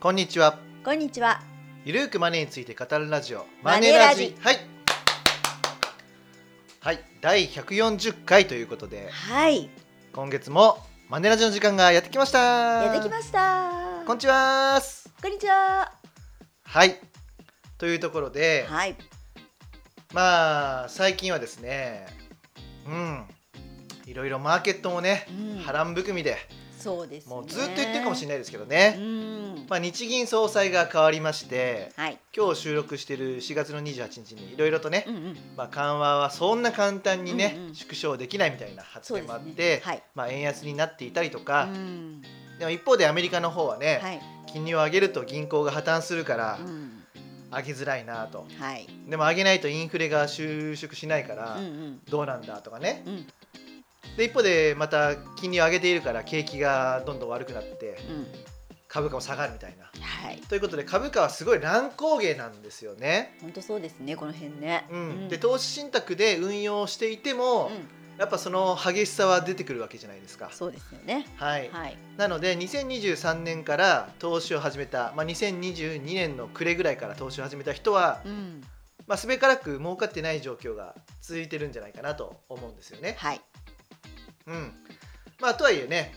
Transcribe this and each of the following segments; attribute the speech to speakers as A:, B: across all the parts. A: こんにちは
B: こんにちは。
A: ゆるーくマネーについて語るラジオ
B: マネラジ
A: はいはい第140回ということで
B: はい。
A: 今月もマネラジの時間がやってきました
B: やってきました。
A: こんにちはーす
B: こんにちは。
A: はいというところで
B: はい。
A: まあ最近はですねうんいろいろマーケットもね、
B: うん
A: 波乱含みで
B: そうです、ね。
A: もうずっと言ってるかもしれ
B: な
A: ないですけど
B: う
A: ね、
B: ん。
A: まあ、日銀総裁が変わりまして
B: はい。
A: 今日収録してる4月の28日にいろいろとね、
B: うんうん。
A: まあ、緩和はそんな簡単にね、
B: うんうん
A: 縮小できないみたいな発
B: そう
A: 言
B: で
A: もあっ
B: す
A: て、
B: ね。はい。
A: まあ、円安になっていたりと
B: う
A: か、
B: ん。
A: でも一方でアメリカの方はね、
B: はい。
A: 金利を上げると銀行が破綻するから
B: うん。
A: 上げづらいなと
B: はい。
A: でも上げないとインフレが収縮しないから
B: うんうん。
A: どうなんだとかね
B: うん
A: で一方でまた金利を上げているから景気がどんどん悪くなって
B: うん。
A: 株価も下がるみたいな。
B: はい。
A: ということで株価はすごい乱高下なんですよね、
B: 本当そうですね。この辺ね。
A: うんで投資信託で運用していても、やっぱその激しさは出てくるわけじゃないですか。
B: そうですよね。
A: はい、
B: はい。
A: なので2023年から投資を始めた、まあ、2022年の暮れぐらいから投資を始めた人は、
B: うん。
A: まあ、すべからく儲かってない状況が続いてるんじゃないかなと思うんですよね。
B: はい。
A: うんまあ、とはいえね、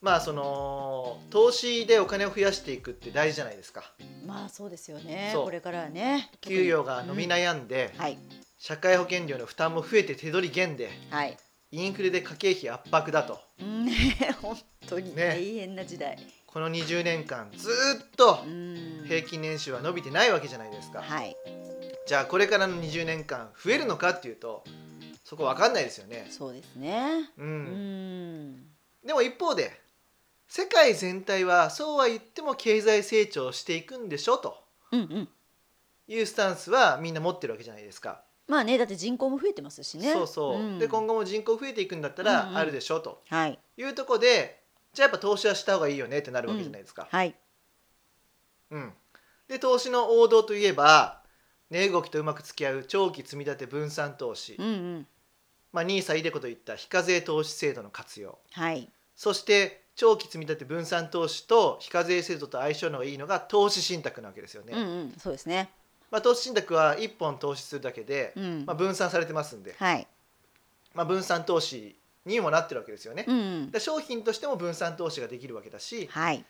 A: まあ、その投資でお金を増やしていくって大事じゃないですか。
B: まあそうですよね。
A: そう
B: これからはね。
A: 給与が伸び
B: い。
A: 悩んで、
B: はい。
A: 社会保険料の負担も増えて手取り減で
B: はい。
A: インフレで家計費圧迫だと
B: うん。 本当に
A: ね
B: 大変な時代。
A: この20年間ずーっと
B: うん。
A: 平均年収は伸びてないわけじゃないですか、
B: はい。
A: じゃあこれからの20年間増えるのかっていうとそこ分かんないですよね、
B: そうですね。
A: うん
B: うん。
A: でも一方で世界全体はそうは言っても経済成長していくんでしょと
B: うんうん。
A: いうスタンスはみんな持ってるわけじゃないですか、
B: まあねだって人口も増えてますしね。
A: そうそう、
B: ん
A: で今後も人口増えていくんだった
B: うんう
A: ら
B: ん
A: あるでしょと
B: はい
A: いうところでじゃあやっぱ投資はした方がいいよねってなるわけじゃないですか、
B: はい
A: うん、で投資の王道といえば値動きとうまく付き合う長期積み立て分散投資、
B: うんうん
A: まあ、NISA イデコといった非課税投資制度の活用
B: はい
A: そして長期積み立て分散投資と非課税制度と相性のいいのが投資信託なわけですよね、
B: うんうんそうですね。
A: まあ、投資信託は1本投資するだけで、
B: うん
A: まあ、分散されてますんで、
B: はい
A: まあ、分散投資にもなってるわけですよね、
B: うんうん
A: で商品としても分散投資ができるわけだし、
B: はい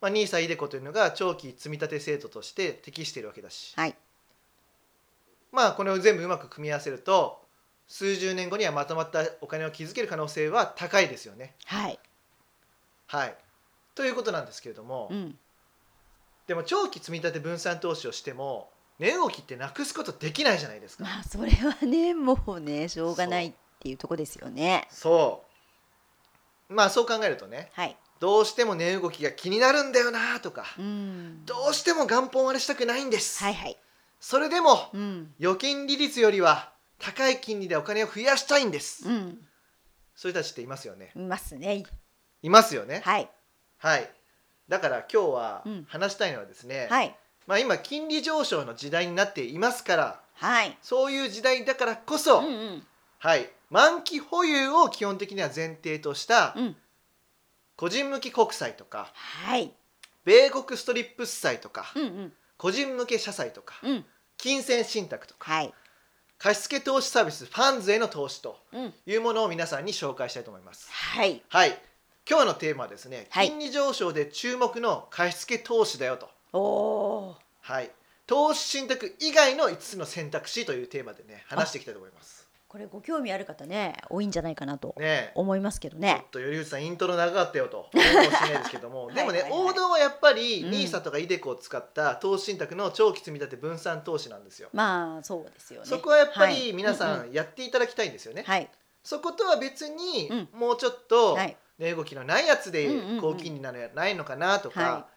A: まあ、NISA イデコというのが長期積み立て制度として適しているわけだし、
B: はい
A: まあこれを全部うまく組み合わせると数十年後にはまとまったお金を築ける可能性は高いですよね。
B: はい
A: はい、ということなんですけれども、
B: うん
A: でも長期積み立て分散投資をしても値動きってなくすことできないじゃないですか。
B: まあそれはねもうねしょうがないっていうとこですよね。
A: そうまあそう考えるとね
B: はい
A: どうしても値動きが気になるんだよなとか
B: うん
A: どうしても元本割れしたくないんです、
B: はいはい
A: それでも
B: うん
A: 預金利率よりは高い金利でお金を増やしたいんです、
B: うん
A: そういう人たちっていますよね
B: いますね
A: いますよね
B: はい
A: はい。だから今日は
B: うん
A: 話したいのはですね、
B: はい
A: まあ今金利上昇の時代になっていますから、
B: はい
A: そういう時代だからこそ、
B: うんうん
A: はい、満期保有を基本的には前提とした
B: うん
A: 個人向き国債とか、
B: はい
A: 米国ストリップス債とか、
B: うんうん
A: 個人向け社債とか、
B: うん
A: 金銭信託とか、
B: はい
A: 貸付投資サービスファンズへの投資と
B: うん
A: いうものを皆さんに紹介したいと思います。
B: はい
A: はい。今日のテーマはですね、
B: はい
A: 金利上昇で注目の貸付投資だよと。
B: おおー
A: はい、投資信託以外の5つの選択肢というテーマでね話していきたいと思います。
B: これご興味ある方ね多いんじゃないかなと
A: ねえ
B: 思いますけど
A: ち
B: ね
A: ょ。っと頼内さんイントロ長かったよ と思うかもしれないですけども
B: はい
A: でもね
B: はいはい
A: 王道はやっぱり
B: うん
A: NISA とか iDeCo を使った投資信託の長期積み立て分散投資なんですよ。
B: まあそうですよね。
A: そこはやっぱ
B: は
A: り
B: い
A: 皆
B: うん
A: さ
B: うん
A: やっていただきたいんですよね。
B: はい
A: そことは別に
B: うん
A: もうちょっと
B: はい
A: 値動きのないやつで
B: うんうんうん
A: 高金利なのやないのかなと
B: は
A: か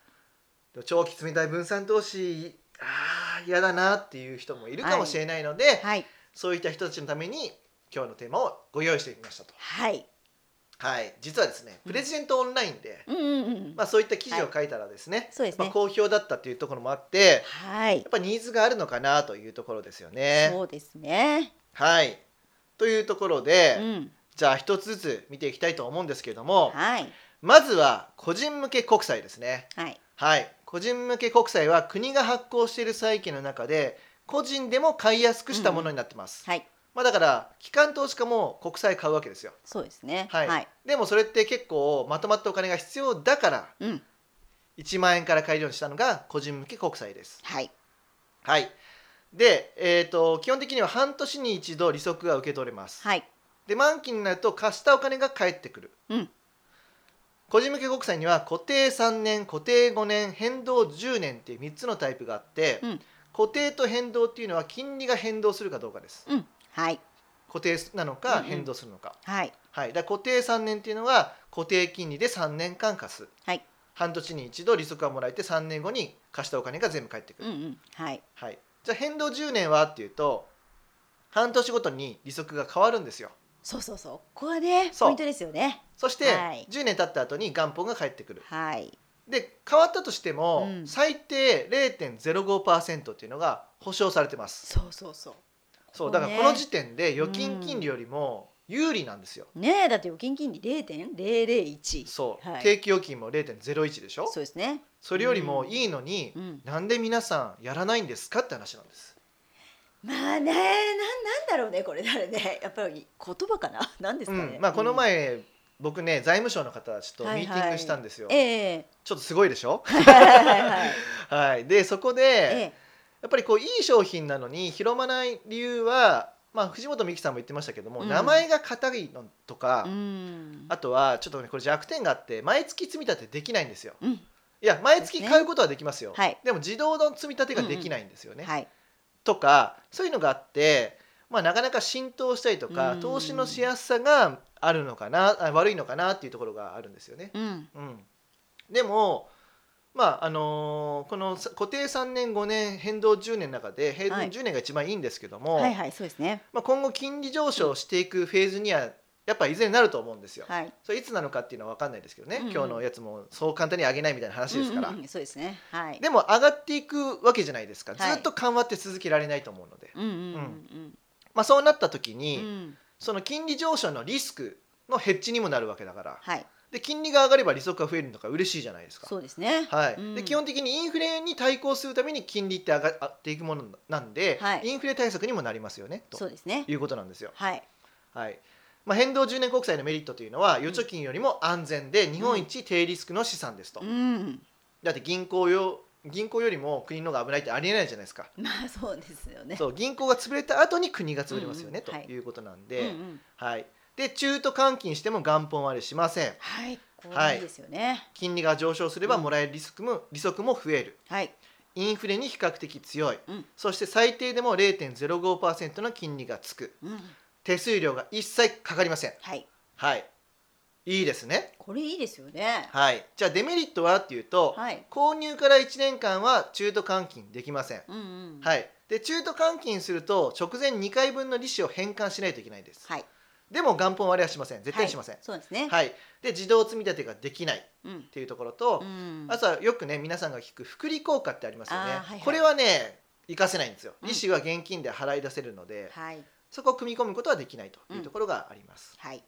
A: でも長期積み立て分散投資あー嫌だなっていう人もいるかもしれないので、
B: はい
A: そういった人たちのために今日のテーマをご用意してみましたと。
B: はい。
A: はい、実はですね、
B: うん
A: プレジデントオンラインで、
B: うんうんうん。
A: まあそういった記事を書いたらですね、
B: そうです
A: まあ
B: ね。
A: 好評だったというところもあって、
B: はい
A: やっ。ぱニーズがあるのかなというところですよね。
B: そうですね。
A: はい。というところ
B: う
A: で、
B: ん。
A: じゃあ一つずつ見ていきたいと思うんですけれども、
B: はい
A: まずは個人向け国債ですね。
B: はい
A: はい、個人向け国債は国が発行している債券の中で個人でも買いやすくしたものになってます、
B: はい、
A: まあ、だから機関投資家も国債買うわけですよ
B: そうですね。
A: はいでもそれって結構まとまったお金が必要だから
B: うん、
A: 1万円から買えるようにしたのが個人向け国債です
B: はい、
A: はいで、えー、と基本的には半年に一度利息が受け取れます、
B: はい、
A: で満期になると貸したお金が返ってくる、
B: うん
A: 個人向け国債には固定3年固定5年変動10年っていう3つのタイプがあって、
B: うん
A: 固定と変動っていうのは金利が変動するかどうかです
B: うん、はい、
A: 固定なの
B: う
A: か
B: んうん
A: 変動するのか、
B: はい、
A: はい、だから固定3年っていうのは固定金利で3年間貸す、
B: はい
A: 半年に一度利息がもらえて3年後に貸したお金が全部返ってく
B: う
A: る、
B: ん、うん、はい、
A: はい、じゃあ変動10年はっていうと半年ごとに利息が変わるんですよ
B: そうそうそう、ここはね、
A: そう
B: ポイントですよね。
A: そして
B: はい
A: 10年経った後に元本が返ってくる
B: はい、
A: で変わったとしても、
B: うん
A: 最低0.05%っていうのが保証されてます
B: そうそうそ
A: そう
B: ここ
A: だから
B: ね
A: この時点で預金金利よりも有利なんですよ、
B: う。ねえ、だって預金金利零点零零一。
A: そう、
B: はい
A: 定期預金も0.01でしょ
B: そうですね。
A: それよりもいいのに、
B: うん、
A: なんで皆さんやらないんですかって話なんです
B: まあね、なん、なんだろうね、これ、だね、 やっぱり言葉かな、 なんです
A: う
B: かね。
A: んまあ、この前、僕ね財務省の方たちと
B: はいはい
A: ミーティングしたんですよ、
B: うん、え え
A: ちょっとすごいでしょ
B: はいはいはい、
A: はいでそこで、
B: え
A: やっぱりこういい商品なのに広まらない理由は、まあ、藤本美貴さんも言ってましたけども、
B: うん
A: 名前が硬いのとか、
B: え、うん、
A: あとはちょっとねこれ弱点があって毎月積み立てできないんですよ
B: うん、
A: いや毎月買うことはできますよ
B: そうですねはい
A: でも自動の積み立てができないんですよね、
B: はい、
A: とかそういうのがあって、まあ、なかなか浸透したりとか、
B: うん
A: 投資のしやすさがあるのかなあ悪いのかなっていうところがあるんですよね。
B: うん、
A: うん、でも、まああのーこのさ固定3年5年変動10年の中で平
B: は
A: 均
B: い
A: 10年が一番いいんですけども、
B: はいはい、そうですね。
A: まあ、今後金利上昇していくフェーズにはやっぱいずれになると思うんですよ。
B: はい。
A: それいつなのかっていうのは分かんないですけどね、
B: うんうん
A: 今日のやつもそう簡単に上げないみたいな話ですから、
B: うんうんうんそうですね。はい。
A: でも上がっていくわけじゃないですか、
B: はい
A: ずっと緩和って続けられないと思うので、
B: うんうんうん
A: まあ、そうなった時
B: う
A: に、
B: ん。
A: その金利上昇のリスクのヘッジにもなるわけだから、
B: はい。
A: で金利が上がれば利息が増えるのが嬉しいじゃないですか。
B: そうですね。
A: はい
B: うん
A: で基本的にインフレに対抗するために金利って上がっていくものなんで、
B: はい
A: インフレ対策にもなりますよね
B: そ
A: と
B: うですね。
A: いうことなんですよ。
B: はい。
A: はいまあ、変動10年国債のメリットというのは預貯金よりも安全で日本一低リスクの資産ですと、
B: うん。
A: だって銀行よ銀行よりも国の方が危ないってありえないじゃないですか。
B: まあそうですよね。
A: そう銀行が潰れた後に国が潰れますよね、
B: うんうんはい
A: ということなん
B: うんう
A: で,、
B: ん。
A: はい、で中途換金しても元本割れしません
B: はい。こう
A: はい
B: いいですよね。
A: 金利が上昇すればもらえるリスクも、利息も増える
B: はい。
A: インフレに比較的強い、
B: うん
A: そして最低でも0.05%の金利がつく
B: うん。
A: 手数料が一切かかりません
B: はい。
A: はいいいですね
B: これいいですよね。
A: はいじゃあデメリットはっていうと、
B: はい。
A: 購入から1年間は中途換金できません、
B: うんうん。い。
A: はいで中途換金すると直前2回分の利子を返還しないといけないです、
B: はい。
A: でも元本割れはしません絶対しません
B: はいそうですね。
A: はい、で自動積み立てができないっ
B: うん。
A: ていうところと、
B: うん。
A: あとはよくね皆さんが聞く福利効果ってありますよね、
B: あーはいはい
A: これはね活かせないんですよ
B: うん
A: 利子は現金で払い出せるので、
B: はい。
A: そこを組み込むことはできないというところがあります、
B: はい。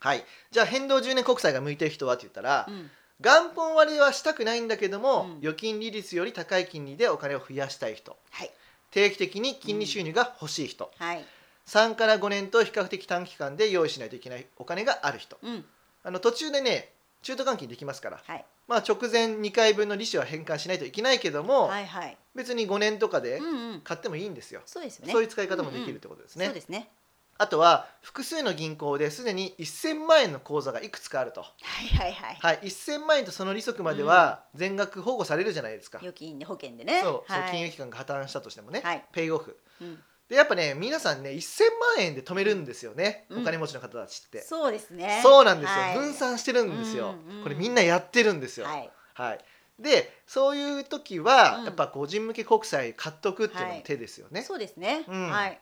A: はいじゃあ変動10年国債が向いてる人はって言ったら、
B: うん。
A: 元本割れはしたくないんだけども、
B: うん
A: 預金利率より高い金利でお金を増やしたい人
B: はい。
A: 定期的に金利収入が欲しい人、
B: はい。
A: 3から5年と比較的短期間で用意しないといけないお金がある人
B: うん。
A: あの途中でね中途換金できますから、
B: はい。
A: まあ、直前2回分の利子は返還しないといけないけども、
B: はいはい。
A: 別に5年とかで
B: うんうん。
A: 買ってもいいんですよ、
B: そうですよね。
A: そういう使い方もできるってことですね、
B: そうですね。
A: あとは複数の銀行ですでに1000万円の口座がいくつかあると、
B: はいはいはい。
A: はい、1000万円とその利息までは全額保護されるじゃないですか、
B: 預金保険でね。
A: そうそう
B: はい
A: 金融機関が破綻したとしてもね、
B: はい。
A: ペイオフ
B: うん。
A: でやっぱね皆さんね1000万円で止めるんですよね、
B: うん
A: お金持ちの方たちって、
B: そうですね。
A: そうなんですよ、
B: はい
A: 分散してるんですよ、
B: うんうん
A: これみんなやってるんですよ、
B: はい。
A: はい、でそういう時は、
B: うん
A: やっぱ個人向け国債買っとくっていうのも手ですよね。
B: そうですね。
A: うん
B: はい。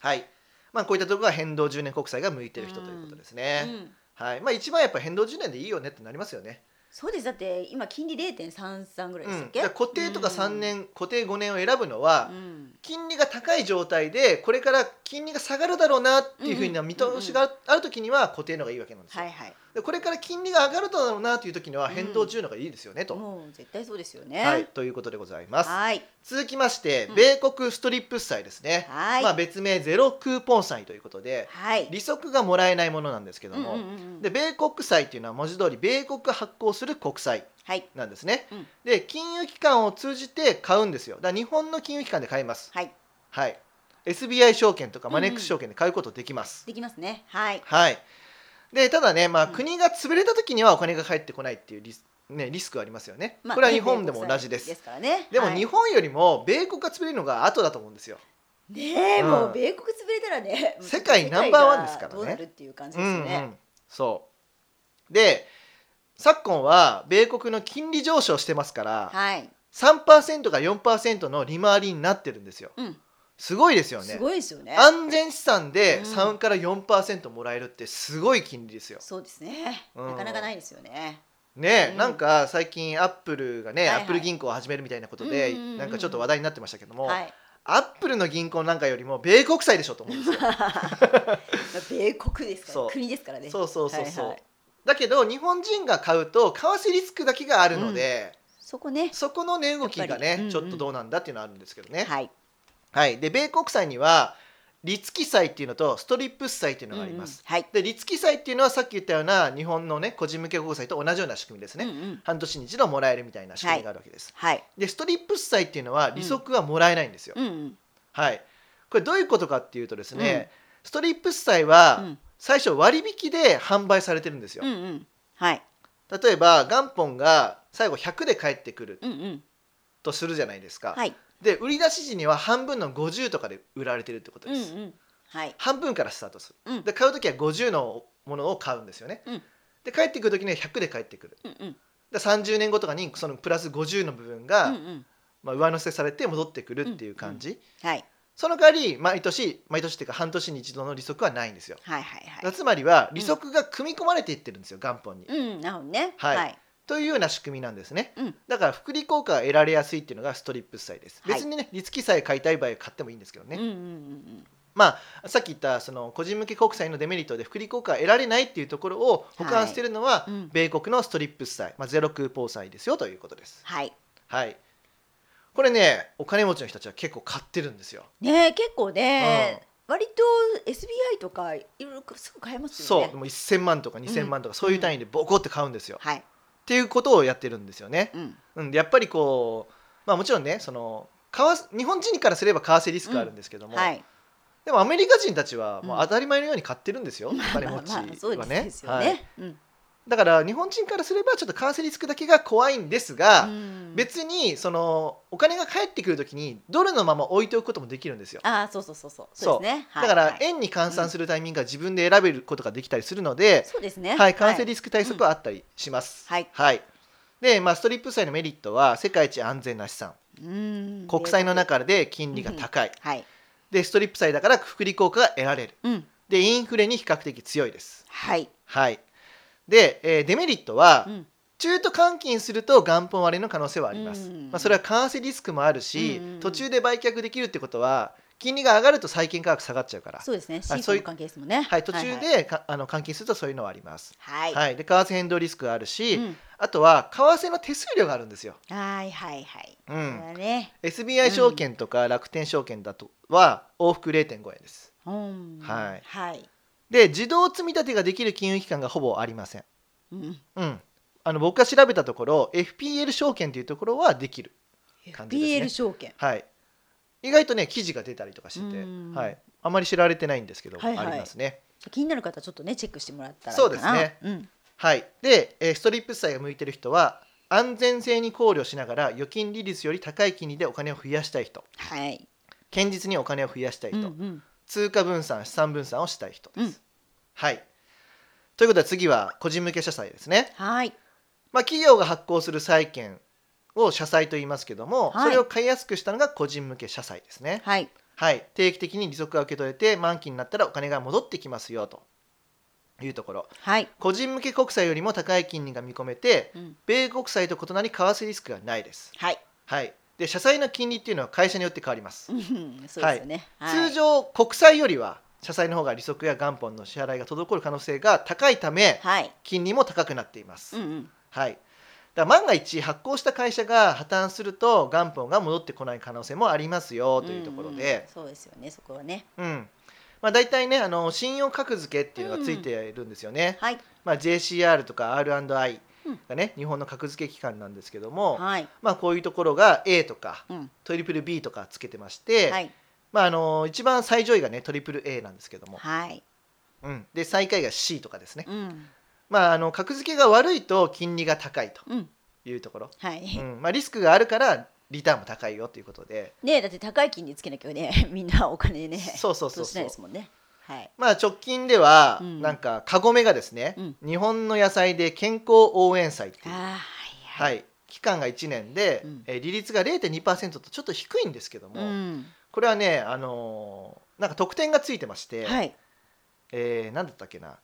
A: はいまあ、こういったところが変動10年国債が向いてる人ということですね。
B: うん
A: はいまあ、一番やっぱ変動10年でいいよねってなりますよね。
B: そうですだって今金利0.33ぐらいで
A: う
B: したっ
A: ん、
B: け、
A: だから固定とか3年、固定5年を選ぶのは、
B: うん
A: 金利が高い状態でこれから金利が下がるだろうなっていうふうな見通しがある時には固定の方がいいわけなんですよ、
B: はいはい
A: でこれから金利が上がるだろうなという時には変動10の方がいいですよねと、
B: もう絶対そうですよね
A: はい、ということでございます
B: はい
A: 続きまして
B: うん
A: 米国ストリップ債ですね、
B: はい
A: まあ、別名ゼロクーポン債ということで
B: はい
A: 利息がもらえないものなんですけど
B: うんうん
A: も、
B: うんうん
A: で米国債っていうのは文字通り米国が発行する国債
B: はい
A: なんですね、
B: うん
A: で金融機関を通じて買うんですよだから日本の金融機関で買います
B: はい
A: はい、SBI 証券とか
B: うん
A: マネックス証券で買うことできます。
B: できますねはい
A: はい、でただね、まあ、
B: うん
A: 国が潰れた時にはお金が返ってこないっていうリス,、ね、リスクがありますよね、
B: まあ
A: これは日本でも同じです。
B: 米国債ですからね
A: でも
B: はい
A: 日本よりも米国が潰れるのが後だと思うんですよ。
B: ねえ、
A: うん
B: もう米国潰れたらね
A: 世界ナンバーワンですからね
B: 世界がどうなるっていう感じ
A: う
B: ですよ
A: んう
B: ね、
A: ん、そうで昨今は米国の金利上昇してますから
B: はい、
A: 3%か4%の利回りになってるんですよ。
B: うん、
A: すごいですよね。
B: すごいですよね
A: 安全資産
B: う
A: で
B: ん
A: 3から4%もらえるってすごい金利ですよ。
B: そうですね、
A: うん
B: なかなかないですよね
A: ね、
B: うん
A: なんか最近アップルがね、
B: はいはい
A: アップル銀行を始めるみたいなことで、
B: うんうんうんうん
A: なんかちょっと話題になってましたけども、
B: はい、
A: アップルの銀行なんかよりも米国債でしょと思うんですよ。
B: 米国ですから
A: そう
B: 国ですからね
A: そうそうそうそう、
B: はいはい
A: だけど日本人が買うと為替リスクだけがあるので、
B: そこね
A: そこの値動き
B: や
A: が
B: っぱり
A: ね、
B: うんうん
A: ちょっとどうなんだっていうのはあるんですけどね。はい、
B: はい
A: で米国債には利付き債っていうのとストリップス債っていうのがあります。
B: うんうんはい
A: で利付き債っていうのはさっき言ったような日本のね個人向け国債と同じような仕組みですね、
B: うんうん
A: 半年に一度もらえるみたいな仕組みがあるわけです、
B: はい
A: でストリップ債っていうのは利息はもらえないんですよ、
B: うんうん
A: はいこれどういうことかっていうとですね、ストリップ債は
B: うん
A: 最初割引で販売されてるんですよ、
B: うんうんはい
A: 例えば元本が最後100で返ってくる
B: うんうん
A: とするじゃないですか、
B: はい
A: で売り出し時には半分の50とかで売られてるってこと
B: う
A: で
B: ん
A: す、
B: うんはい
A: 半分からスタートす
B: うん
A: るで買う時は50のものを買うんですよね、
B: うん
A: で帰ってくる時には100で帰ってくる
B: うんうん
A: で30年後とかにそのプラス50の部分が、
B: うんうん
A: まあ、上乗せされて戻ってくるっていう感じ、
B: はい
A: その代わり毎年毎年っていうか半年に一度の利息はないんですよ、
B: はいはいは
A: だ
B: い
A: つまりは利息が組み込まれていってるんですよ元本に、
B: うんなるほどね
A: はい
B: はい
A: というような仕組みなんですね、
B: うん
A: だから福利効果が得られやすいっていうのがストリップ債です
B: はい
A: 別にね利付き債買いたい場合は買ってもいいんですけど
B: う
A: ね、
B: んうんうん
A: まあさっき言ったその個人向け国債のデメリットで福利効果が得られないっていうところを保管しているのは、
B: はいうん
A: 米国のストリップ債、まあ、ゼロクーポン債ですよということです
B: はい
A: はいこれねお金持ちの人たちは結構買ってるんですよ
B: ねえ結構ね、割と SBI とかいろいろすぐ買えますよ
A: そ
B: ね
A: うもう1000万とか2000万とか、そういう単位でボコって買うんですよ、っ
B: はい、
A: ていうことをやってるんですよね、
B: うん、
A: うん、でやっぱりこうまあもちろんねその為替日本人からすれば為替リスクあるんですけども、
B: はい
A: でもアメリカ人たちはもう
B: うん
A: 当たり前のように買ってるんですよ、お金
B: ま
A: 持
B: あ
A: ち
B: まあそう
A: は
B: で
A: ね
B: すよ
A: はい
B: ね、うん
A: だから日本人からすればちょっと為替リスクだけが怖いんですが、
B: うん
A: 別にそのお金が返ってくるときにドルのまま置いておくこともできるんですよ
B: ああそうそうそうそう
A: そう
B: そうですね、はい
A: だか
B: は
A: ら
B: い
A: 円に換算するタイミングが自分で選べることができたりするので、
B: そうですね
A: はい、感染リスク対策はあったりします。
B: はい
A: で、まあ、ストリップ債のメリットは世界一安全な資産
B: うん
A: 国債の中で金利が高い、
B: はい
A: でストリップ債だから福利効果が得られる
B: うん
A: でインフレに比較的強いです。
B: はい
A: はい、で、えーデメリットは、
B: うん
A: 中途換金すると元本割れの可能性はあります、
B: うん
A: まあ、それは為替リスクもあるし、
B: うん
A: 途中で売却できるってことは金利が上がると債券価格下がっちゃうから、
B: そうですねシ
A: そういう
B: ーフの関係ですもんね
A: はい、途中でかあの換金するとそういうのはあります。
B: はいはい、
A: はい、で為替変動リスクがあるし、
B: うん
A: あとは為替の手数料があるんですよ。
B: はいはいはい
A: うん
B: これはね
A: SBI 証券とか楽天証券だとは往復0.5円です。
B: うん
A: はい
B: はい
A: で自動積み立てができる金融機関がほぼありません。
B: うん
A: うん、あの僕が調べたところ FPL 証券というところはできる。感じですね
B: FPL 証券
A: はい、意外とね記事が出たりとかしてて、
B: うん
A: はい、あまり知られてないんですけど、
B: はいはい
A: ありますね。
B: 気になる方はちょっとねチェックしてもらったらいいかな
A: そうですね
B: うん
A: はい、で、えーストリップ債が向いてる人は安全性に考慮しながら預金利率より高い金利でお金を増やしたい人
B: はい
A: 堅実にお金を増やしたい人、
B: うんうん
A: 通貨分散資産分散をしたい人です。
B: うん
A: はいということで次は個人向け社債ですね、
B: はい
A: まあ、企業が発行する債券を社債と言いますけども、
B: はい
A: それを買いやすくしたのが個人向け社債ですね、
B: はい
A: はい、定期的に利息が受け取れて満期になったらお金が戻ってきますよというところ
B: はい、
A: 個人向け国債よりも高い金利が見込めて
B: うん、
A: 米国債と異なり為替リスクがないです
B: はい、
A: はいで社債の金利っていうのは会社によって変わります
B: うんそうですよね。はい
A: 通常国債よりは社債の方が利息や元本の支払いが滞る可能性が高いため
B: はい、
A: 金利も高くなっています、
B: うんうん、
A: はいだから万が一発行した会社が破綻すると元本が戻ってこない可能性もありますよというところで、
B: うんうんそうですよね、そこはね。
A: うんまあ、大体ねあの信用格付けっていうのがついているんですよね、
B: はい、
A: まあ、JCR とか R&I
B: うん
A: がね、日本の格付け機関なんですけども、
B: はい、
A: まあ、こういうところが A とか
B: うん、
A: トリプル B とかつけてまして、
B: はい、
A: まあ、あの一番最上位がねトリプル A なんですけども、
B: はい、
A: うん、で最下位が C とかですね、
B: うん、
A: まあ、あの格付けが悪いと金利が高いと
B: うん、
A: いうところ、
B: は
A: う
B: い。
A: んまあ、リスクがあるからリターンも高いよということで、
B: ね、だって高い金利つけなきゃね、 みんなお金ね。
A: そうそうそう
B: 投資しな
A: そ
B: いうですもんね。はい。
A: まあ直近では、
B: うん
A: なんかカゴメがですね、
B: うん
A: 日本の野菜で健康応援祭っていう、
B: ああ、、
A: はいい、期間が1年で、
B: うん
A: えー利率が0.2%とちょっと低いんですけども、
B: うん、
A: これはね、あのーなんか特典がついてまして、
B: はい、
A: えー、なんだったっけな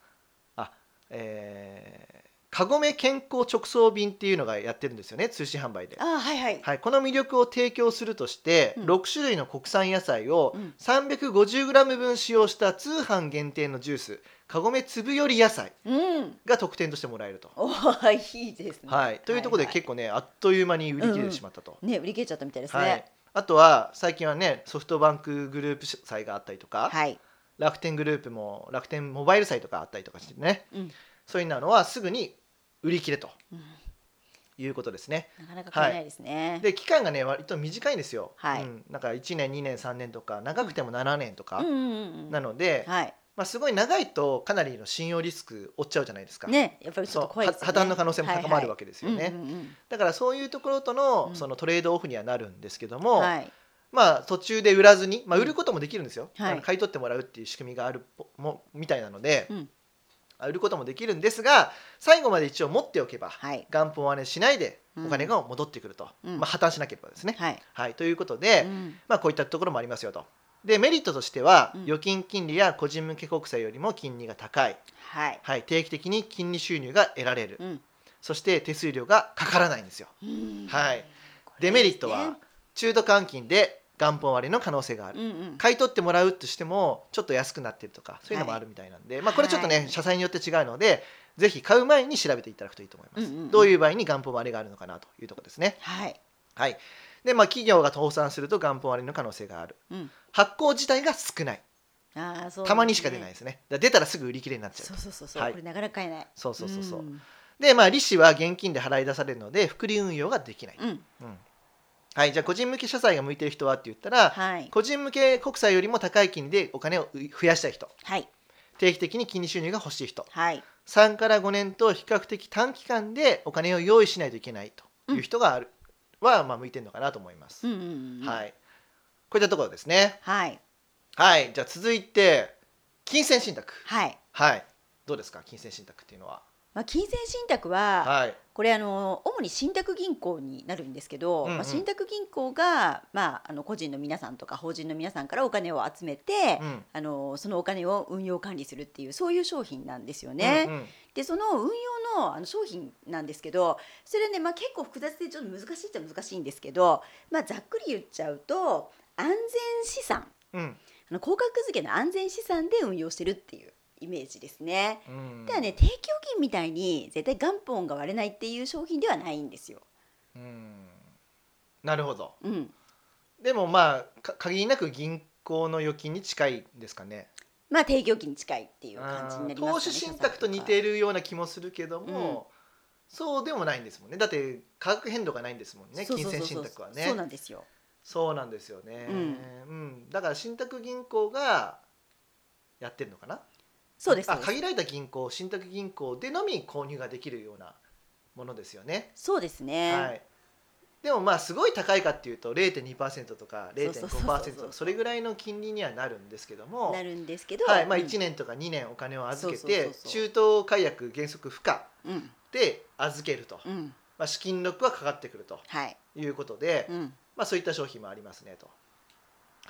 A: あえー、カゴメ健康直送便っていうのがやってるんですよね通信販売で、
B: ああ、はい、はい。
A: はい、この魅力を提供するとして、
B: うん
A: 6種類の国産野菜を
B: うん
A: 350g 分使用した通販限定のジュースカゴメ粒より野菜
B: うん、
A: が特典としてもらえると、
B: おお、 いいですね。
A: はい、というところで
B: は
A: 結構ねあっという間に売り切れてしまったと、
B: ね、売り切れちゃったみたいです
A: は
B: ね
A: い。、あとは最近はねソフトバンクグループ債があったりとか、
B: はい。
A: 楽天グループも楽天モバイル債とかあったりとかしてね
B: うん、
A: そういうのはすぐに売り切れと
B: うん
A: いうことですね。
B: なかなか買えないですね。
A: で期間がね割と短いんですよ。
B: はい
A: うん、なんか1年2年3年とか長くても7年と
B: う
A: か
B: ん、うん、うん、
A: なので、
B: はい。
A: まあ、すごい長いとかなりの信用リスク負っちゃうじゃないですか。
B: ね、やっぱりちょっと怖いです
A: そ
B: よ
A: うは
B: ね。
A: 破綻の可能性も高まるわけです
B: け
A: よね、
B: うんうん
A: だからそういうところとの,、
B: うん
A: そのトレードオフにはなるんですけど
B: うん
A: も、
B: はい。
A: まあ途中で売らずに、まあ、
B: うん
A: 売ることもできるんですよ、
B: はい
A: あの買い取ってもらうっていう仕組みがあるっぽもみたいなので、
B: うん
A: あ売ることもできるんですが最後まで一応持っておけば、
B: はい。
A: 元本割れしないで
B: うん
A: お金が戻ってくると、
B: うん
A: まあ、破綻しなければですね。
B: はい。
A: はい、ということで、
B: うん
A: まあ、こういったところもありますよと。でメリットとしては、
B: うん
A: 預金金利や個人向け国債よりも金利が高い、
B: はい。
A: はい、定期的に金利収入が得られる、
B: うん
A: そして手数料がかからないんですよ。
B: うん
A: はい、
B: これ
A: デメリット
B: です
A: は
B: ね
A: 中途換金で元本割れの可能性がある
B: うん、うん。
A: 買い取ってもらうとしてもちょっと安くなってるとかそういうのもあるみたいなんで、まあ、これちょっとね、
B: はい
A: 社債によって違うのでぜひ買う前に調べていただくといいと思います、
B: うんうんうん
A: どういう場合に元本割れがあるのかなというところですね
B: はい。
A: はいでまあ企業が倒産すると元本割れの可能性がある
B: うん。
A: 発行自体が少ない
B: ああ、そう、
A: たまにしか出ない
B: い。
A: ですねだから出たらすぐ売り切れになっちゃう
B: そうそうそうそう、
A: はい
B: これなかなか買えない。
A: そうそうそうそう、
B: ん
A: でまあ利子は現金で払い出されるので複利運用ができない、
B: うん。
A: うんはいじゃあ個人向け社債が向いてる人はって言ったら、
B: はい。
A: 個人向け国債よりも高い金利でお金を増やしたい人
B: はい。
A: 定期的に金利収入が欲しい人
B: はい。
A: 3から5年と比較的短期間でお金を用意しないといけないという人がある、はまあ向いてるのかなと思います、
B: うん、うんうん。。
A: はいいこういったところですね
B: はい。
A: はいじゃあ続いて金銭信託
B: はい。
A: はいどうですか金銭信託っていうのは
B: まあ、金銭信託は、
A: はい
B: これあの主に信託銀行になるんですけど、
A: うんうん
B: まあ、信託銀行が、まあ、あの個人の皆さんとか法人の皆さんからお金を集めて、
A: うん
B: あのそのお金を運用管理するっていうそういう商品なんですよね。
A: うんうん
B: でその運用のあの商品なんですけどそれね、まあ、結構複雑でちょっと難しいっちゃ難しいんですけど、まあ、ざっくり言っちゃうと安全資産
A: うん
B: あの高額付けの安全資産で運用してるっていうイメージですね。
A: うん
B: ただね、定期預金みたいに絶対元本が割れないっていう商品ではないんですよ。
A: うんなるほど
B: うん、
A: でもまあか限りなく銀行の預金に近いですかね
B: まあ定期預金に近いっていう感じになりますかね。
A: 投資信託と似ているような気もするけども、そうでもないんですもんねだって価格変動がないんですもんね
B: そう
A: 金
B: そうそう
A: 銭
B: そ
A: 信
B: う
A: 託はね
B: そうなんですよ。
A: そうなんですよね、
B: う
A: うんだから信託銀行がやってるのかな
B: そうです。
A: あ
B: そうです
A: 限られた銀行信託銀行でのみ購入ができるようなものですよね、
B: そうですね。
A: はいでもまあすごい高いかっていうと0.2%とか
B: そうそうそうそう
A: 0.5%とかそれぐらいの金利にはなるんですけども
B: なるんですけど、
A: はいまあ、
B: うん
A: 1年とか2年お金を預け
B: そうそうそ
A: て
B: うそう
A: 中東解約原則不可
B: うん、
A: で預けると、
B: うん、
A: まあ、資金ロックはかかってくると
B: はい、
A: いうことで、
B: うん、
A: まあ、そういった商品もありますねと、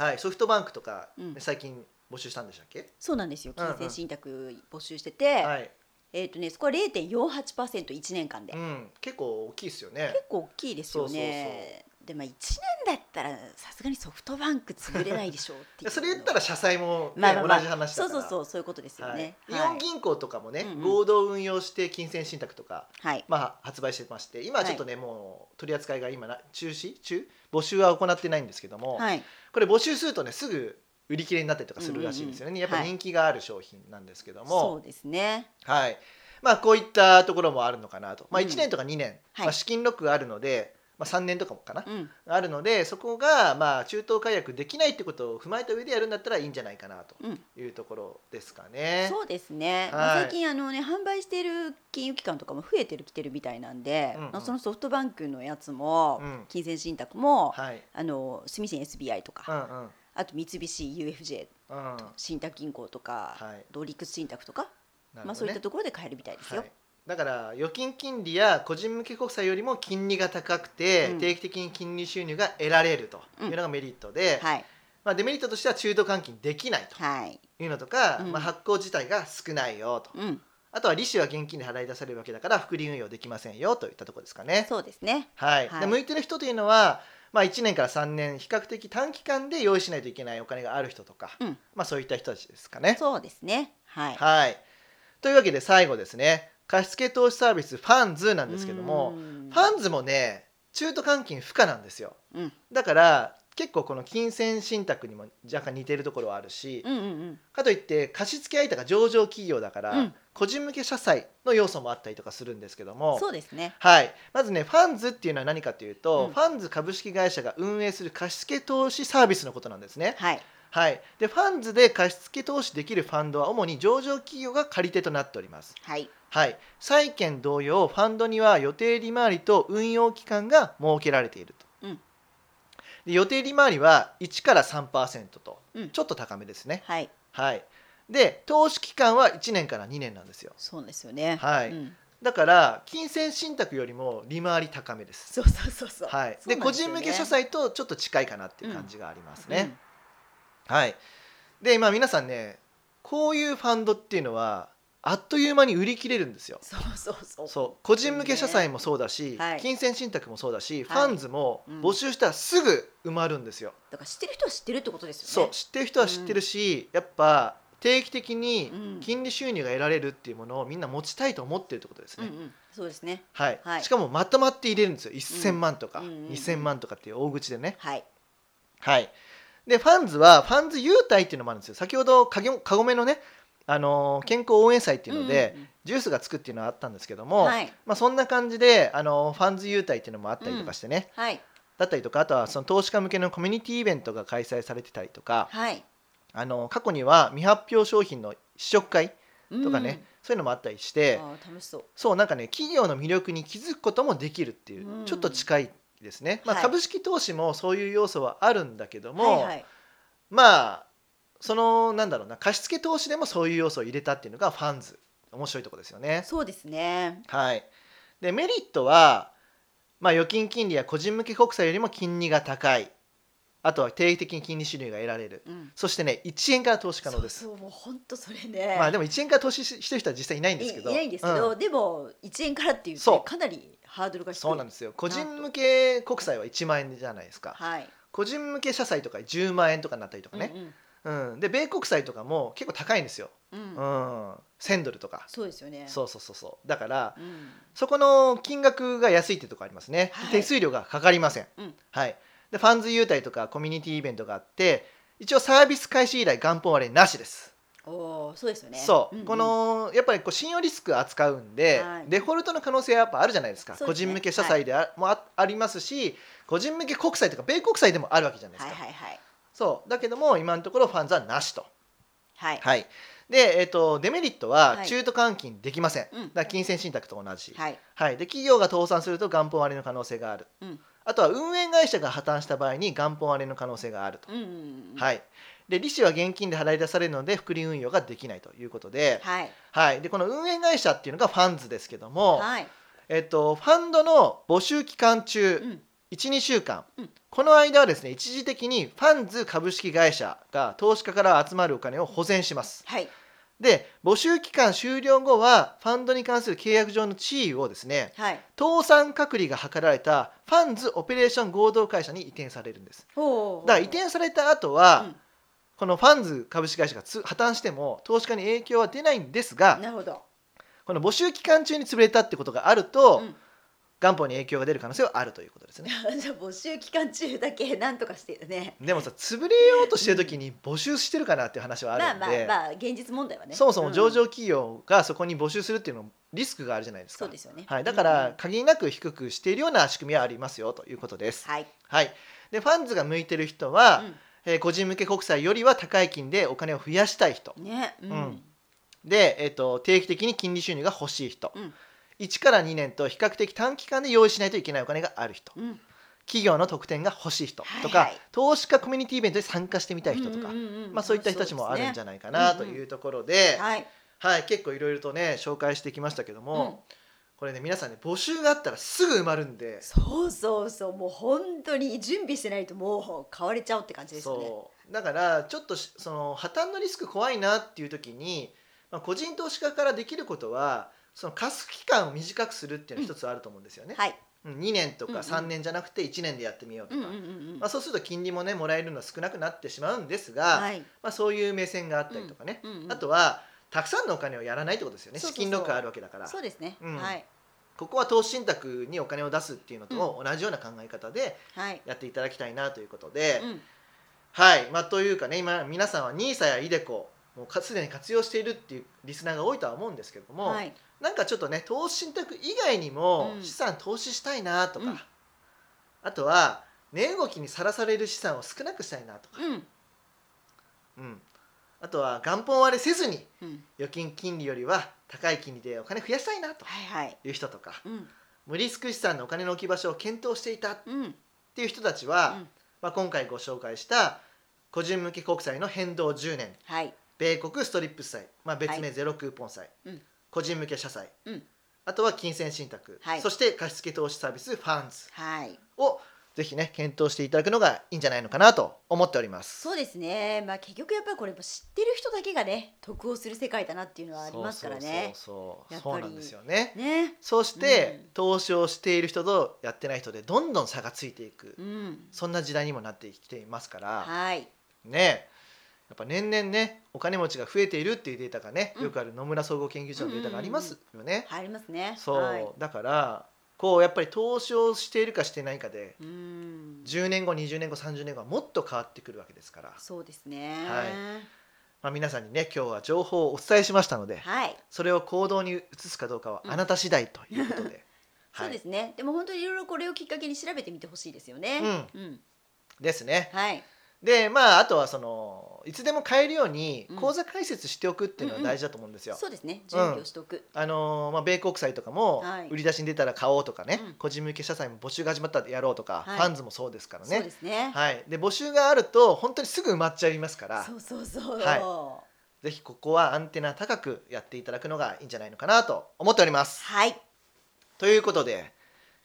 A: はい、ソフトバンクとか
B: うん
A: 最近募集したんでしたっけ、
B: そうなんですよ
A: うんうん
B: 金銭信託募集してて、
A: はい
B: えっ、とねそこは0.48%1 年間で、
A: うん、結構大きいですよね
B: 結構大きいですよ
A: そう
B: ねでまあ1年だったらさすがにソフトバンク潰れないでしょうっていう
A: それ言ったら社債も、ね
B: まあまあまあ
A: 同じ話だ
B: そう
A: から
B: そうそうそういうことですよね
A: はいイオン銀行とかもね、
B: うんうん
A: 合同運用して金銭信託とか、
B: はい
A: まあ、発売してまして今はちょっとね、もう取り扱いが今な中止中募集は行ってないんですけども、
B: はい
A: これ募集するとねすぐ売り切れになったりとかするらしいんですよね、
B: うんうんうん
A: やっぱ人気がある商品なんですけど
B: そ
A: も
B: う、ですね
A: はいまあ、こういったところもあるのかなと、まあ、
B: うん
A: 1年とか2年、
B: はい
A: まあ、資金ロックがあるので、まあ、3年とかもかな、
B: うん
A: あるのでそこがまあ中東解約できないってことを踏まえた上でやるんだったらいいんじゃないかなと
B: うん
A: いうところですかね。
B: そうですね、
A: はい
B: まあ最近あのね販売している金融機関とかも増えてるきてるみたいなんで、
A: うんうん
B: まあそのソフトバンクのやつも、
A: うん
B: 金銭信託も、
A: はい、
B: あの住信 SBI
A: う
B: とか、
A: んうん
B: あと三菱 UFJ
A: うん
B: 信託銀行とか、
A: はい
B: 同陸信託とか、
A: なるほどね
B: まあそういったところで買えるみたいですよ。
A: はい、だから預金金利や個人向け国債よりも金利が高くて、
B: うん
A: 定期的に金利収入が得られるというのがメリットで、
B: はい
A: まあ、デメリットとしては中途換金できない
B: はい、
A: というのとか、
B: うん
A: まあ、発行自体が少ないよと、
B: うん、
A: あとは利子は現金で払い出されるわけだから複利運用できませんよといったところですかね。
B: そうですね。
A: はい
B: はい
A: で向いてる人というのは、まあ、1年から3年比較的短期間で用意しないといけないお金がある人とか、
B: うん
A: まあ、そういった人たちですかね。
B: そうですね。はい。
A: はい、というわけで最後ですね貸付投資サービスファンズなんですけど
B: う
A: も
B: ん
A: ファンズもね中途換金不可なんですよ
B: うん
A: だから結構この金銭信託にも若干似てるところはあるし
B: うんうん
A: かといって貸付相手が上場企業だから、
B: うん
A: 個人向け社債の要素もあったりとかするんですけど
B: う
A: も
B: ん、そうですね。
A: はい、まずねファンズっていうのは何かというと、
B: うん
A: ファンズ株式会社が運営する貸付投資サービスのことなんですね。
B: はい。
A: はい、でファンズで貸付投資できるファンドは主に上場企業が借り手となっております。
B: はい。
A: はい、債券同様ファンドには予定利回りと運用期間が設けられていると、
B: うん
A: で予定利回りは1から3%と、
B: うん
A: ちょっと高めですね、
B: はい。
A: はい、で投資期間は1年から2年なんですよ
B: そうですよね。
A: はい
B: うん
A: だから金銭信託よりも利回り高めです
B: そうそうそうそう。
A: はい、
B: そう
A: で
B: なん
A: 個
B: すよ
A: 人
B: ね
A: 向け社債とちょっと近いかなっていう感じがありますね。はい、で、まあ、皆さんねこういうファンドっていうのはあっという間に売り切れるんですよ。
B: そうそうそう。
A: そう個人向け社債もそうだし、
B: はい
A: 金銭信託もそうだし、
B: はい
A: ファンズも
B: うん
A: 募集したらすぐ埋まるんですよ。
B: だから知ってる人は知ってるってことですよ
A: そう
B: ね。
A: 知ってる人は知ってるし、やっぱ定期的に
B: うん
A: 金利収入が得られるっていうものをみんな持ちたいと思ってるってことですね。
B: うんうん。そうですね。
A: はい
B: はい
A: しかもまとまって入れるんですよ1,000万とか、
B: うんうんうんうん
A: 2,000万とかっていう大口でね。
B: はい。
A: はい、でファンズはファンズ優待っていうのもあるんですよ先ほどかごかごめのね、あのー健康応援祭っていうので、
B: うんうん
A: ジュースがつくっていうのはあったんですけど
B: うん
A: も、
B: はい。
A: まあ、そんな感じで、あのーファンズ優待っていうのもあったりとかしてね、
B: はい。
A: だったりとかあとはその投資家向けのコミュニティイベントが開催されてたりとか、
B: はい。
A: あのー過去には未発表商品の試食会とかね、そういうのもあったりし
B: う
A: て
B: ん。ああ楽しそう。
A: そうなんかね企業の魅力に気づくこともできるっていう、
B: うん
A: ちょっと近いですね、まあ、
B: はい
A: 株式投資もそういう要素はあるんだけども、
B: はいはい。
A: まあそのなんだろうな貸付投資でもそういう要素を入れたっていうのがファンズ面白いところですよね。
B: そうですね。
A: はい、でメリットは、まあ、預金金利や個人向け国債よりも金利が高いあとは定期的に金利収入が得られる
B: うん。
A: そしてね1円から投資可能です。
B: そうそうもう本当それね。
A: まあ、でも1円から投資ししてる人は実際いないんですけど
B: いいないんですけど、
A: うん
B: でも一円からっていうと
A: そ
B: ね
A: う
B: かなりハードルが低い。
A: そうなん
B: す。
A: ですよ個人向け国債は1万円じゃないですか
B: はい。
A: 個人向け社債とか10万円とかになったりとかね、うんで米国債とかも結構高いんですよ、
B: うんうん。
A: う
B: うん。
A: ん、1000ドルとか
B: そうですよね。
A: そうそうそうそうだから
B: うん。
A: そこの金額が安いってとこありますね、
B: はい
A: 手数料がかかりません、
B: うん
A: はい、でファンズ優待とかコミュニティイベントがあって一応サービス開始以来元本割れなしです、
B: おお、そうですよね。
A: そう、
B: んん
A: こ。のやっぱりこう信用リスク扱うんで、
B: はい
A: デフォルトの可能性はやっぱあるじゃないですか
B: そう
A: 個
B: ですね
A: 人向け社債であ,、もあありますし個人向け国債とか米国債でもあるわけじゃないです
B: はい
A: か、
B: はいはい。
A: そうだけども今のところファンズはなしと
B: はい。
A: はい、で、えー、とデメリットは
B: はい
A: 中途換金できません、
B: うん
A: だから金銭信託と同じ、はい
B: はい。
A: で企業が倒産すると元本割れの可能性がある
B: うん。
A: あとは運営会社が破綻した場合に元本割れの可能性があると、
B: うんうんうん。い。
A: はい、で利子は現金で払い出されるので複利運用ができないということで,、
B: はい。
A: はい、でこの運営会社っていうのがファンズですけども、
B: はい。
A: えー、とファンドの募集期間中、
B: うん。
A: 12週間、
B: うん
A: この間はですね一時的にファンズ株式会社が投資家から集まるお金を保全します
B: はい
A: で募集期間終了後はファンドに関する契約上の地位をですね
B: はい
A: 倒産隔離が図られたファンズオペレーション合同会社に移転されるんです
B: ほう
A: だから移転された後は、
B: うん
A: このファンズ株式会社がつ破綻しても投資家に影響は出ないんですが
B: なるほど
A: この募集期間中に潰れたってことがあると、
B: うん
A: 元本に影響が出る可能性はあるということですね
B: じゃあ募集期間中だけなんとかしてね
A: でもさ潰れようとしてる時に募集してるかなっていう話はあ
B: まあ
A: るん
B: まあ
A: で、
B: まあ現実問題はね
A: そもそも
B: ん
A: 上場企業がそこに募集するっていうのもリスクがあるじゃないですか、
B: そうですよね
A: はい、だか
B: う
A: ら
B: ん
A: 限りなく低くしているような仕組みはありますよということです。
B: はい、
A: はい、でファンズが向いてる人は、
B: う
A: えー個人向け国債よりは高い金でお金を増やしたい人
B: ん、ねうん、
A: うんで、えー、と定期的に金利収入が欲しい人、
B: うん
A: 1から2年と比較的短期間で用意しないといけないお金がある人
B: うん、
A: 企業の特典が欲しい人
B: はいはい
A: とか、投資家コミュニティイベントに参加してみたい人とか、
B: うんうんうん
A: まあ、そういった人たちもあるんじ
B: ゃ
A: ゃないかな
B: そう
A: と
B: ですね
A: いうところで、
B: はい、
A: はい、結構いろいろとね紹介してきましたけども、これね皆さんね募集があったらすぐ埋まるんで
B: そうそうそうもう本当に準備してないともう買われちゃうって感じですよね
A: そうだからちょっとしその破綻のリスク怖いなっていう時に、まあ、個人投資家からできることはその貸す期間を短くするっていうのが一つあると思うんですよね、
B: はい、
A: うん2年と
B: うんう
A: か
B: ん
A: 3年じゃなくて1年でやってみようと
B: うん
A: か、
B: うんうんうん
A: まあ、そうすると金利もねもらえるのは少なくなってしまうんですが、
B: はい、
A: まあ、そういう目線があったりとかね、
B: うんうん
A: あとはたくさんのお金をやらないってことですよね
B: そうそうそう
A: 資金ロックがあるわけだから
B: そうですね、
A: うん
B: はい
A: ここは投資信託にお金を出すっていうのと同じような考え方で
B: はい、
A: やっていただきたいなということで、
B: うん、
A: はいまあというかね今皆さんは NISA や iDeCo もうかすでに活用しているっていうリスナーが多いとは思うんですけども、
B: はい
A: なんかちょっとね投資信託以外にも
B: うん
A: 資産投資したいなとか、
B: うん
A: あとは値動きにさらされる資産を少なくしたいなとか、
B: うん
A: うんあとは元本割れせずに
B: うん
A: 預金金利よりは高い金利でお金増やしたいなと
B: はいはい
A: いう人とか
B: うん
A: 無リスク資産のお金の置き場所を検討していたっ
B: うん
A: ていう人たちは、
B: うん
A: まあ、今回ご紹介した個人向け国債の変動10年
B: はい
A: 米国ストリップ債、まあ、別
B: は
A: 名ゼロクーポン債、
B: うん
A: 個人向け社債、
B: うん
A: あとは金銭信託、
B: はい
A: そして貸付投資サービスファンズ
B: はい
A: をぜひね検討していただくのがいいんじゃないのかなと思っております。
B: そうですねまあ結局やっぱりこれも知ってる人だけがね得をする世界だなっていうのはありますからね
A: そうそうそう
B: やっぱ
A: そう
B: り
A: なんですよね。
B: ね
A: そして、
B: うん
A: 投資をしている人とやってない人でどんどん差がついていく、
B: うん
A: そんな時代にもなってきていますから、
B: はい
A: ねやっぱ年々ねお金持ちが増えているっていうデータがね、
B: うん
A: よくある野村総合研究所のデータがありますよね。
B: 入りますね
A: そう、
B: はい
A: だからこうやっぱり投資をしているかしてないかで
B: うん
A: 10年後20年後30年後はもっと変わってくるわけですから、
B: そうですね
A: はまあ、皆さんにね今日は情報をお伝えしましたので、
B: はい、
A: それを行動に移すかどうかはあなた次第ということで、 は
B: そ
A: いう
B: ですねでも本当にいろいろこれをきっかけに調べてみてほしいですよねうん、
A: ですね。
B: はい
A: でまああとはそのいつでも買えるように
B: うん
A: 口座開設しておくっていうのは大事だと思うんですよ。
B: そうですね準備をしておく、
A: あのーまあ、米国債とかも
B: はい
A: 売り出しに出たら買おうとかね、
B: うん
A: 個人向け社債も募集が始まったらやろうとか、
B: はい
A: ファンズもそうですから
B: そうで
A: ね
B: すね、
A: はい、で募集があると本当にすぐ埋まっちゃいますから
B: そうそうそう、
A: はぜひここはアンテナ高くやっていただくのがいいんじゃないのかなと思っております。
B: はい
A: ということで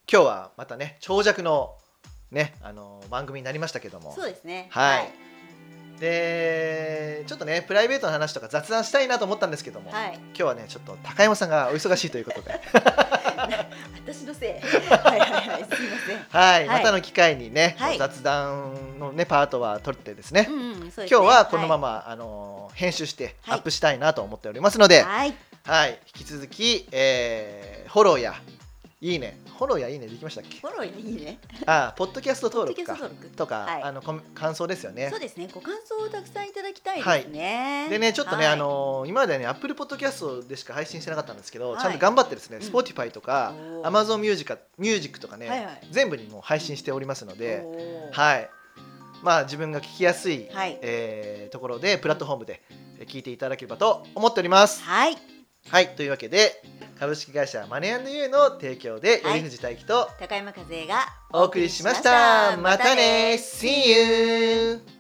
A: 今日はまたね長尺の、ねあのー番組になりましたけども
B: そうですね
A: はいでちょっとねプライベートの話とか雑談したいなと思ったんですけども、
B: はい
A: 今日はねちょっと高山さんがお忙しいということ で。
B: 私の せいはいはいはいすいません
A: はい、
B: は
A: ま
B: い
A: たの機会にね、
B: はい
A: 雑談のねパートは取ってですね、
B: うんうん、そうですね
A: 今日はこのま
B: ま、
A: ま、あのー編集してア
B: はい
A: ップしたいなと思っておりますので、はい、
B: はい、
A: 引き続き、えーフォローやいいね、フォローやいいねできましたっけ
B: フ？ォローいいね。
A: あー、ポッドキャスト登録
B: ポッ
A: か
B: ドキャスト登録
A: とか、
B: はい
A: あのコメ感想ですよね
B: そう。ですね。ご感想をたくさんいただきたいですね。
A: でねちょっとね、
B: はい
A: あ、のー今までねアップルポッドキャストでしか配信してなかったんですけど、
B: はい
A: ちゃんと頑張ってですね、
B: うん
A: Spotify とか
B: おー
A: Amazon ミュージカミュージックとかね、
B: はいはい
A: 全部にもう配信しておりますので。
B: おー
A: はい。まあ自分が聞きやすい、
B: はい
A: えーところでプラットフォームでえー聞いていただければと思っております。
B: はい、
A: はいというわけで株式会社マネーユーの提供で
B: はい
A: 頼藤大樹と
B: 高山和恵が
A: お送りしました。またね See you。